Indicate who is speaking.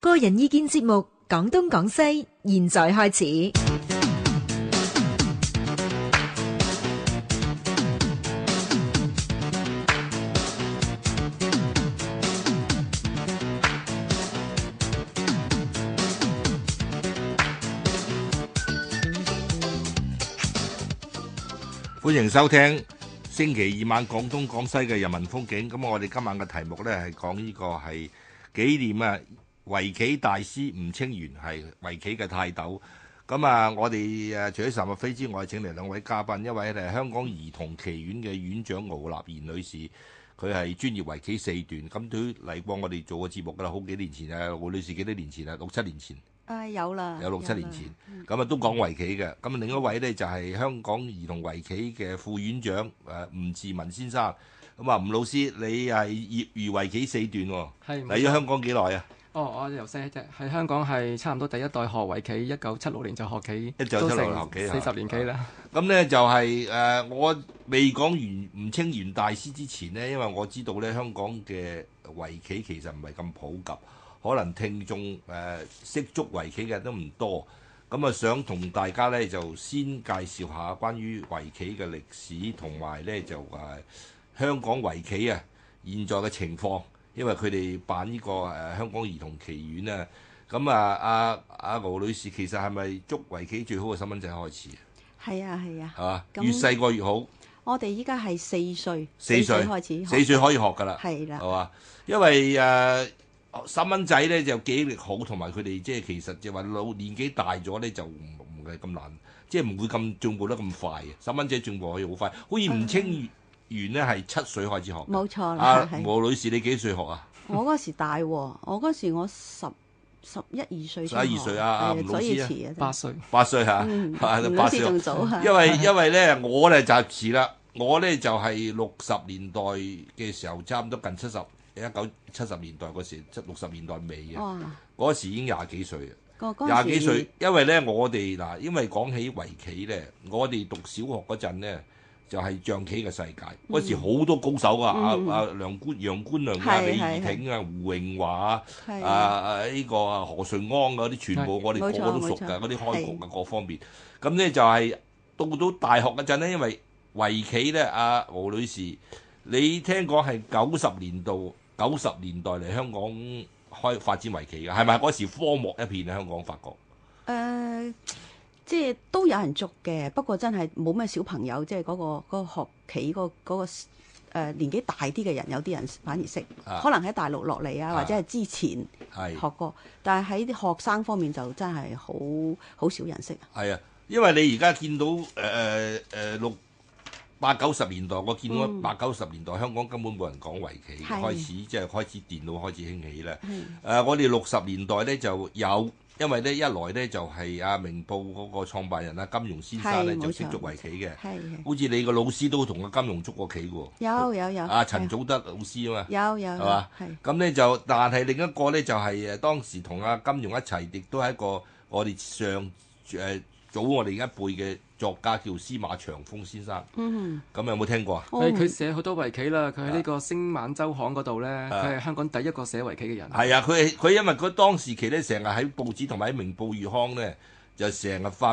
Speaker 1: 個人意見節目《講東講西》，現在開始。
Speaker 2: 歡迎收聽星期二晚廣東廣西嘅人民風景。咁我哋今晚嘅題目呢，係講呢個係紀念啊圍棋大師吳清源係圍棋嘅泰斗。咁啊，我哋誒除咗岑逸飛之外，請嚟兩位嘉賓，一位係香港兒童棋院嘅院長敖立賢女士，佢係專業圍棋四段。咁佢嚟過我哋做過節目㗎啦，好幾年前啊，敖女士幾多年前啊，六七年前。
Speaker 3: 啊，有啦，
Speaker 2: 有六七年
Speaker 3: 啦嗯
Speaker 2: 前，咁啊都講圍棋嘅。咁另一位呢，就係、香港兒童圍棋嘅副院長誒、呃吳志文先生。咁啊，吳老師，你係業餘圍棋四段喎、嚟
Speaker 4: 係冇
Speaker 2: 咗
Speaker 4: 錯
Speaker 2: 香港幾耐啊？
Speaker 4: 哦，我由細只喺香港係差唔多第一代學圍棋，一九七六年就學棋，
Speaker 2: 1976
Speaker 4: 都
Speaker 2: 學
Speaker 4: 成
Speaker 2: 棋嚇
Speaker 4: 四十年棋啦。
Speaker 2: 咁呢就係、呃我未講完吳清源大師之前呢，因為我知道呢香港嘅圍棋其實唔係咁普及，可能聽眾誒、呃、識捉圍棋嘅都唔多。咁啊，想同大家呢就先介紹下關於圍棋嘅歷史，同埋呢就誒、呃香港圍棋啊現在嘅情況，因為佢哋辦呢、個誒、呃香港兒童棋院啊。咁啊，阿阿敖女士其實係咪捉圍棋最好嘅細蚊仔開始啊？
Speaker 3: 係啊係啊，
Speaker 2: 係嘛？
Speaker 3: 咁
Speaker 2: 越細個越好，
Speaker 3: 我哋依家係四歲，
Speaker 2: 四歲
Speaker 3: 歲開始，
Speaker 2: 四歲哦可以學㗎啦，
Speaker 3: 係啦，
Speaker 2: 係嘛？因為誒細蚊仔咧就記憶力好，同埋佢哋即係其實就話老年紀大咗咧就唔唔係咁難，即係唔會咁進步得咁快嘅。細蚊仔進步可以好快，好似吳清源咧係七歲開始學嘅。
Speaker 3: 嗯冇錯啦
Speaker 2: 啊，，
Speaker 3: 係。
Speaker 2: 吳女士你幾歲學啊？
Speaker 3: 我嗰時大喎，我嗰時我十十一二歲先學，
Speaker 2: 11歲啊
Speaker 3: 係
Speaker 2: 啊吳老
Speaker 3: 所以
Speaker 2: 師啊
Speaker 3: 遲啊，
Speaker 4: 八歲，
Speaker 2: 八歲嚇，
Speaker 3: 嗯，
Speaker 2: 啊
Speaker 3: 吳老
Speaker 2: 八
Speaker 3: 師
Speaker 2: 歲
Speaker 3: 仲早 嚇，
Speaker 2: 因為因為咧，我咧就遲啦，我咧就係六十年代嘅時候，差唔多近七十一九七十年代嗰時，七六十年代尾嘅，
Speaker 3: 哇，
Speaker 2: 嗰時已經廿幾歲啦，
Speaker 3: 個嗰
Speaker 2: 廿
Speaker 3: 時
Speaker 2: 幾歲，，因為咧我哋嗱，因為講起圍棋咧，我哋讀小學嗰陣咧。就係象棋嘅世界，嗰時好多高手啊！
Speaker 3: 嗯
Speaker 2: 啊啊，梁官、楊官良啊、
Speaker 3: 係
Speaker 2: 李怡
Speaker 3: 係係
Speaker 2: 挺啊、胡榮華啊、
Speaker 3: 係
Speaker 2: 啊啊！呢個啊何順安嗰啲全部我哋個
Speaker 3: 冇錯
Speaker 2: 個都熟
Speaker 3: 冇錯
Speaker 2: 㗎，嗰啲開局啊各方面。咁呢就係到到大學嗰陣呢，因為圍棋呢，阿、啊、敖女士，你聽講係九十年度九十年代嚟香港開發展圍棋嘅，係咪嗰時荒漠一片啊？香港發覺
Speaker 3: 誒，呃即係都有人捉嘅，不過真係冇咩小朋友，即係嗰個嗰個學棋嗰嗰個誒年紀大啲嘅人，有啲人反而識，
Speaker 2: 啊
Speaker 3: 可能喺大陸落嚟啊，
Speaker 2: 啊
Speaker 3: 或者係之前。
Speaker 2: 係
Speaker 3: 學過，但係喺啲學生方面就真係好好少人識啊。
Speaker 2: 係啊，因為你而家見到誒誒誒六八九十年代，我見到
Speaker 3: 嗯
Speaker 2: 八九十年代香港根本冇人講圍棋，
Speaker 3: 係
Speaker 2: 開始即係開始電腦開始興起啦。
Speaker 3: 係
Speaker 2: 誒、我哋六十年代咧就有，因為咧一來咧就係、阿明報嗰個創辦人啦，啊金庸先生咧
Speaker 3: 係冇
Speaker 2: 就
Speaker 3: 錯
Speaker 2: 識捉圍棋嘅，
Speaker 3: 係係
Speaker 2: 好似你個老師都同阿金庸捉過棋嘅喎。
Speaker 3: 有有有。
Speaker 2: 阿啊陳祖德老師啊嘛。
Speaker 3: 有有
Speaker 2: 係嘛
Speaker 3: 係
Speaker 2: 咁咧就，但係另一個咧就係、誒當時同阿金庸一齊，亦都係一個我哋上誒、早我哋一輩嘅作家叫司馬長風先生。
Speaker 3: 嗯，
Speaker 2: 咁有冇聽過啊？
Speaker 3: 我
Speaker 4: 佢
Speaker 3: 唔
Speaker 4: 佢寫好多圍棋啦。佢喺呢個星晚周刊嗰度咧，佢係香港第一個寫圍棋嘅人。
Speaker 2: 係啊，佢佢因為佢當時期咧，成日喺報紙同埋喺明報月刊咧，就成日發